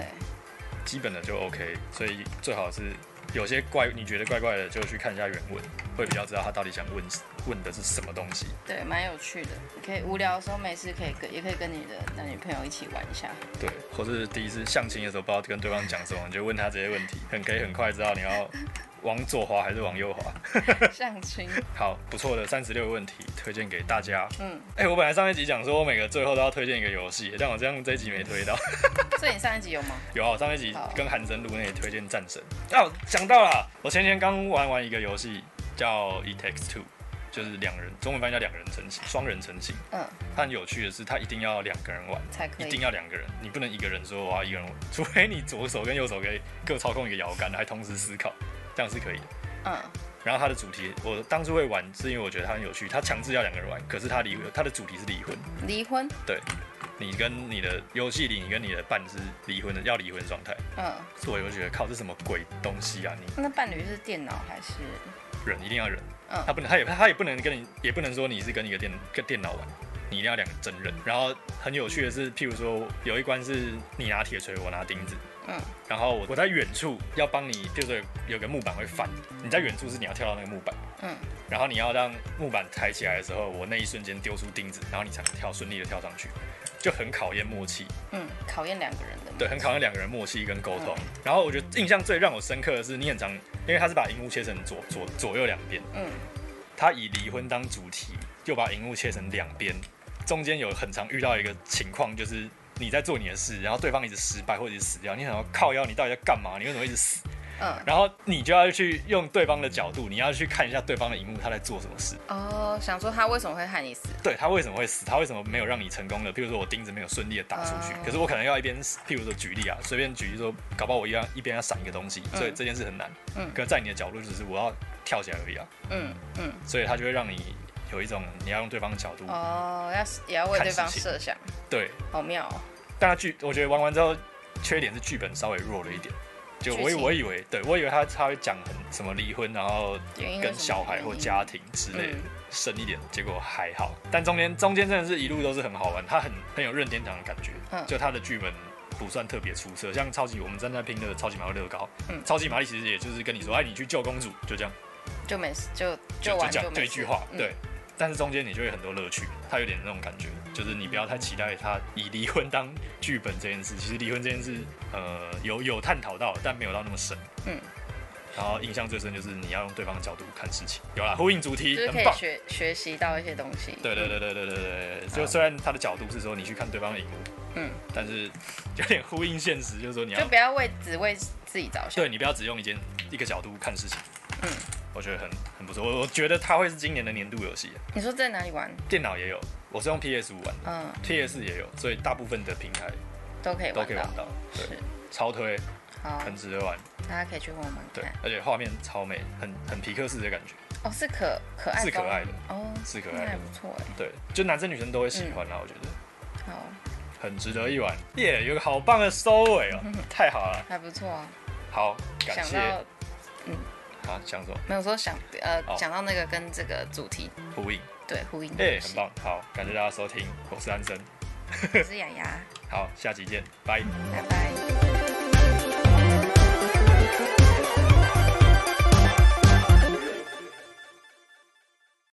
Speaker 1: 基本的就 OK，所以最好是有些怪你觉得怪怪的，就去看一下原文，会比较知道他到底想问问的是什么东西。
Speaker 2: 对，蛮有趣的。可以无聊的时候没事可以跟，也可以跟你的男女朋友一起玩一下。
Speaker 1: 对，或是第一次相亲的时候不知道跟对方讲什么，你就问他这些问题，很可以很快知道你要往左滑还是往右滑。
Speaker 2: 相亲，
Speaker 1: 好，不错的三十六个问题推荐给大家。
Speaker 2: 嗯，
Speaker 1: 哎、我本来上一集讲说我每个最后都要推荐一个游戏，但我这样这一集没推到。
Speaker 2: 所以你上一集有 吗？
Speaker 1: 有啊，我上一集
Speaker 2: 好
Speaker 1: 跟韩生录那里推荐战神。哦，讲到了，我前天刚玩完一个游戏叫《It Takes Two》，就是两人，中文翻译叫两人成型，双人成型。
Speaker 2: 嗯，
Speaker 1: 它很有趣的是，它一定要两个人玩，
Speaker 2: 才可
Speaker 1: 一
Speaker 2: 以
Speaker 1: 定。要两个人，你不能一个人说我要一个人玩，除非你左手跟右手可以各操控一个摇杆，还同时思考，这样是可以的。
Speaker 2: 嗯，
Speaker 1: 然后它的主题，我当初会玩是因为我觉得它很有趣，它强制要两个人玩，可是它离婚，它的主题是离婚，
Speaker 2: 离婚。
Speaker 1: 你跟你的游戏里，你跟你的伴是离婚的，要离婚状态，
Speaker 2: 嗯，
Speaker 1: 所以我就觉得靠，这什么鬼东西啊！你
Speaker 2: 那伴侣是电脑还是？
Speaker 1: 忍一定要忍，
Speaker 2: 嗯
Speaker 1: 他不能，他也他也不能跟你，也不能说你是跟一个电跟电脑玩，你一定要两个真人。然后很有趣的是，譬如说有一关是你拿铁锤，我拿钉子，
Speaker 2: 嗯
Speaker 1: 然后我我在远处要帮你，譬如说有有个木板会翻，你在远处是你要跳到那个木板，
Speaker 2: 嗯
Speaker 1: 然后你要让木板抬起来的时候，我那一瞬间丢出钉子，然后你才能跳顺利的跳上去，就很考验默契，
Speaker 2: 嗯，考验两个人的。
Speaker 1: 对，很考验两个人默契跟沟通。然后我觉得印象最让我深刻的是，你很常，因为他是把荧幕切成左左左右两边，
Speaker 2: 嗯
Speaker 1: 他以离婚当主题，又把荧幕切成两边，中间有很常遇到一个情况，就是你在做你的事，然后对方一直失败或者一直死掉，你想要靠腰，你到底在干嘛？你为什么一直死？
Speaker 2: 嗯。
Speaker 1: 然后你就要去用对方的角度，你要去看一下对方的荧幕，他在做什么事，
Speaker 2: 哦，想说他为什么会害你死？
Speaker 1: 对他为什么会死，他为什么没有让你成功的？譬如说我钉子没有顺利的打出去，
Speaker 2: 哦
Speaker 1: 可是我可能要一边，譬如说举例啊，随便举例说，搞不好我一样一边要闪一个东西，所以
Speaker 2: 嗯
Speaker 1: 这件事很难。
Speaker 2: 嗯
Speaker 1: 可在你的角度只是我要跳起来而已啊，
Speaker 2: 嗯嗯。
Speaker 1: 所以他就会让你有一种你要用对方的角度，
Speaker 2: 哦，要也要为对
Speaker 1: 看
Speaker 2: 方
Speaker 1: 事情
Speaker 2: 设想，
Speaker 1: 对，
Speaker 2: 好妙哦。
Speaker 1: 但他剧，我觉得玩完之后，缺点是剧本稍微弱了一点。就我以
Speaker 2: 剧情
Speaker 1: 我以为，对我以为他他会讲很什么离婚，然后
Speaker 2: 原因为
Speaker 1: 跟
Speaker 2: 什么
Speaker 1: 小孩
Speaker 2: 原
Speaker 1: 或
Speaker 2: 因
Speaker 1: 家庭之类的
Speaker 2: 嗯
Speaker 1: 深一点，结果还好。但中间中间真的是一路都是很好玩，他很很有任天堂的感觉。
Speaker 2: 嗯
Speaker 1: 就他的剧本不算特别出色，像超级我们正在拼的超级马里奥乐高，
Speaker 2: 嗯
Speaker 1: 超级玛丽其实也就是跟你说，哎，你去救公主，就这样，
Speaker 2: 就没事，就
Speaker 1: 就
Speaker 2: 玩
Speaker 1: 讲
Speaker 2: 没
Speaker 1: 这一
Speaker 2: 事
Speaker 1: 句话，
Speaker 2: 嗯
Speaker 1: 对。但是中间你就会很多乐趣，它有点那种感觉，就是你不要太期待它以离婚当剧本这件事。其实离婚这件事，呃，有有探讨到，但没有到那么深。
Speaker 2: 嗯。
Speaker 1: 然后印象最深就是你要用对方的角度看事情，有啦，呼应主题，
Speaker 2: 嗯就是可
Speaker 1: 很
Speaker 2: 以
Speaker 1: 棒。
Speaker 2: 学嗯学习到一些东西。
Speaker 1: 对对对对对对对对，就虽然他的角度是说你去看对方的荧幕，
Speaker 2: 嗯，
Speaker 1: 但是 有点呼应现实，就是说你
Speaker 2: 嗯，就
Speaker 1: 要
Speaker 2: 不要为只为自己着想。
Speaker 1: 对你不要只用一件一个角度看事情。
Speaker 2: 嗯，
Speaker 1: 我觉得很很不错，我我觉得它会是今年的年度游戏，啊
Speaker 2: 你说在哪里玩？
Speaker 1: 电脑也有，我是用 PS 五玩的
Speaker 2: 嗯，
Speaker 1: ，PS 也有，所以大部分的平台
Speaker 2: 都可以
Speaker 1: 都
Speaker 2: 玩
Speaker 1: 可以
Speaker 2: 到
Speaker 1: 玩。到，对，
Speaker 2: 是，
Speaker 1: 超推，
Speaker 2: 好，
Speaker 1: 很值得玩，
Speaker 2: 大家可以去玩玩
Speaker 1: 对
Speaker 2: 看。，
Speaker 1: 而且画面超美，很很皮克斯的感觉，
Speaker 2: 哎哦，是可可爱
Speaker 1: 是可
Speaker 2: 风
Speaker 1: 爱的
Speaker 2: 哦，
Speaker 1: 是可
Speaker 2: 那
Speaker 1: 爱
Speaker 2: 还
Speaker 1: 的，
Speaker 2: 不错哎。
Speaker 1: 对，就男生女生都会喜欢啦，我觉得。
Speaker 2: 好，
Speaker 1: 很值得一玩，耶、有个好棒的收尾哦，太好了，
Speaker 2: 还不错啊。
Speaker 1: 好，感
Speaker 2: 想
Speaker 1: 谢
Speaker 2: 到
Speaker 1: 啊，想什么
Speaker 2: 没有说想呃
Speaker 1: 哦
Speaker 2: 讲到那个跟这个主题
Speaker 1: 呼应，
Speaker 2: 对呼应的
Speaker 1: 哎、很
Speaker 2: 东西。
Speaker 1: 棒，好，感谢大家收听，我是安生，
Speaker 2: 我是雅雅，
Speaker 1: 好，下期见，拜。
Speaker 2: 拜拜。